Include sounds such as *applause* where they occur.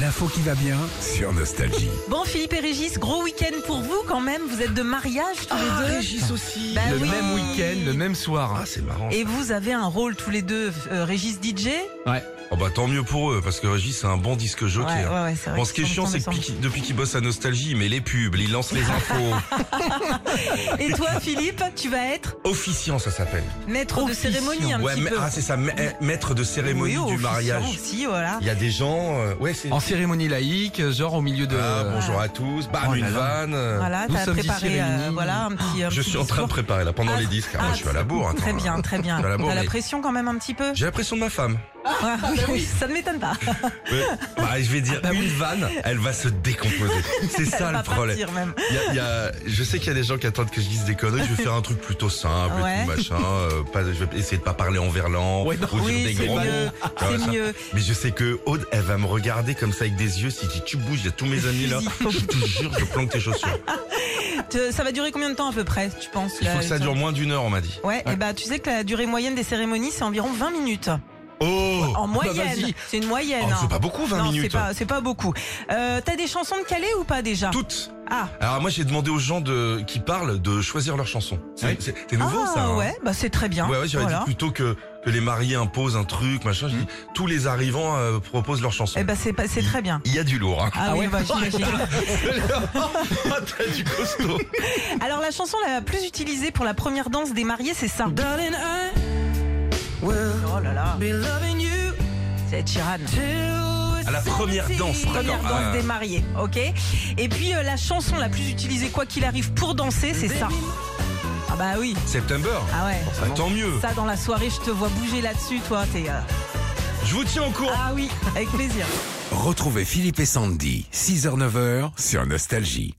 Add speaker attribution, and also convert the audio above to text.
Speaker 1: L'info qui va bien.
Speaker 2: sur Nostalgie.
Speaker 3: Bon, Philippe et Régis, gros week-end pour vous quand même. Vous êtes de mariage tous
Speaker 2: Ah,
Speaker 3: les deux.
Speaker 2: aussi.
Speaker 3: Bah
Speaker 4: Ah, le
Speaker 3: oui.
Speaker 4: même week-end, le même soir.
Speaker 2: Ah, c'est marrant.
Speaker 3: Et vous avez un rôle tous les deux, euh, Régis DJ.
Speaker 2: Oh bah tant mieux pour eux, parce que Régis, c'est un bon disque jockey.
Speaker 3: Ouais,
Speaker 2: hein.
Speaker 3: ouais, ouais, c'est vrai
Speaker 2: Bon, ce qui est
Speaker 3: qu'il
Speaker 2: chiant,
Speaker 3: semble,
Speaker 2: c'est que
Speaker 3: semble.
Speaker 2: Piki- depuis qu'il bosse à Nostalgie, il met les pubs, il lance les
Speaker 3: *laughs*
Speaker 2: infos.
Speaker 3: Et toi, Philippe, tu vas être
Speaker 2: Officiant, ça s'appelle.
Speaker 3: maître de
Speaker 4: Officiant.
Speaker 3: cérémonie un
Speaker 2: Ouais,
Speaker 3: petit
Speaker 2: mais-
Speaker 3: peu.
Speaker 2: ah, c'est ça, ma- maître de cérémonie
Speaker 3: Oui,
Speaker 2: du
Speaker 3: officiant
Speaker 2: mariage.
Speaker 3: aussi, voilà.
Speaker 2: Il y a des gens, euh, ouais, c'est.
Speaker 4: En cérémonie laïque, genre au milieu de...
Speaker 2: Ah,
Speaker 3: euh,
Speaker 2: bonjour à tous, bam,
Speaker 4: Oh là
Speaker 2: une
Speaker 4: là.
Speaker 2: vanne. euh,
Speaker 3: Voilà,
Speaker 4: Nous
Speaker 3: t'as
Speaker 4: sommes ici
Speaker 3: préparé, euh,
Speaker 4: réunis.
Speaker 3: voilà, un petit. un
Speaker 2: Je
Speaker 3: petit
Speaker 2: suis en train de
Speaker 3: discours.
Speaker 2: préparer là pendant
Speaker 3: Ah,
Speaker 2: les disques. Ah,
Speaker 3: ah,
Speaker 2: moi, je suis à la bourre. attends.
Speaker 3: Très bien, très bien.
Speaker 2: Je suis à la bourre,
Speaker 3: T'as
Speaker 2: mais-
Speaker 3: la
Speaker 2: Ah, bah
Speaker 3: pression quand même un petit peu.
Speaker 2: J'ai la pression de ma femme.
Speaker 3: Ouais, ça ne m'étonne pas.
Speaker 2: Ouais. Bah, je vais dire une vanne, elle va se
Speaker 3: *laughs*
Speaker 2: décomposer. C'est ça
Speaker 3: Ah, Elle
Speaker 2: le
Speaker 3: va
Speaker 2: problème.
Speaker 3: partir même.
Speaker 2: Il y a- il y a- je sais qu'il y a des gens qui attendent que je dise des conneries. Je vais faire un truc plutôt simple, et
Speaker 3: Ouais.
Speaker 2: tout machin. euh, pas, je vais essayer de pas parler en verlan
Speaker 4: Ouais, non.
Speaker 2: ou dire
Speaker 3: Oui,
Speaker 2: des
Speaker 3: c'est
Speaker 2: gros
Speaker 3: mieux.
Speaker 2: mots. Ah,
Speaker 3: C'est
Speaker 2: ça.
Speaker 3: mieux.
Speaker 2: Mais je sais que Aude, elle va me regarder comme ça avec des yeux. Si tu- tu bouges, il y a tous mes amis
Speaker 3: *laughs*
Speaker 2: là.
Speaker 3: Fusil.
Speaker 2: Je te jure, je planque tes chaussures.
Speaker 3: Te- Ça va durer combien de temps à peu près, tu penses
Speaker 2: Il
Speaker 3: là,
Speaker 2: faut que ça
Speaker 3: le-
Speaker 2: dure moins d'une heure, on m'a dit.
Speaker 3: Ouais, et bah tu sais que la durée moyenne des cérémonies c'est environ 20 minutes.
Speaker 2: Oh,
Speaker 3: En moyenne,
Speaker 4: vas-y.
Speaker 3: c'est une
Speaker 2: Oh,
Speaker 3: moyenne. hein.
Speaker 2: c'est pas beaucoup, 20
Speaker 3: non, c'est
Speaker 2: minutes.
Speaker 3: pas, c'est pas beaucoup. Euh, T'as des chansons de Calais ou pas déjà
Speaker 2: Toutes.
Speaker 3: Ah,
Speaker 2: Alors moi, j'ai demandé aux gens de, qui parlent de choisir leur chanson.
Speaker 4: Ouais.
Speaker 2: C'est c'est- c'est nouveau
Speaker 3: ah
Speaker 2: ça. hein.
Speaker 3: ouais, bah c'est très bien.
Speaker 2: Ouais, ouais, j'aurais
Speaker 3: Voilà.
Speaker 2: dit plutôt que, que les mariés imposent un truc, machin. J'ai dit,
Speaker 3: Mm.
Speaker 2: tous les arrivants euh, proposent leur chanson.
Speaker 3: Eh ben c'est pas- c'est très bien.
Speaker 2: Il y a du lourd, *laughs* hein.
Speaker 3: Ah, oui, bah, j'imagine.
Speaker 2: Oh, T'as du costaud.
Speaker 3: Alors la chanson la plus utilisée pour la première danse des mariés, c'est ça.
Speaker 5: Darling, I will
Speaker 3: Oh là là,
Speaker 5: be loving you
Speaker 3: c'est Chiran.
Speaker 5: till
Speaker 2: À la première danse, d'accord.
Speaker 3: Première danse
Speaker 2: Ah,
Speaker 3: des mariés, ok. Et puis euh, la chanson la plus utilisée quoi qu'il arrive pour danser, c'est ça. Ah bah oui.
Speaker 2: September.
Speaker 3: Ah ouais.
Speaker 2: Ah, tant mieux.
Speaker 3: Ça dans la soirée, je te vois bouger là-dessus, toi. T'es. euh,
Speaker 2: Je vous tiens au courant.
Speaker 3: Ah oui, avec plaisir.
Speaker 1: Retrouvez Philippe et Sandy, 6h-9h sur Nostalgie.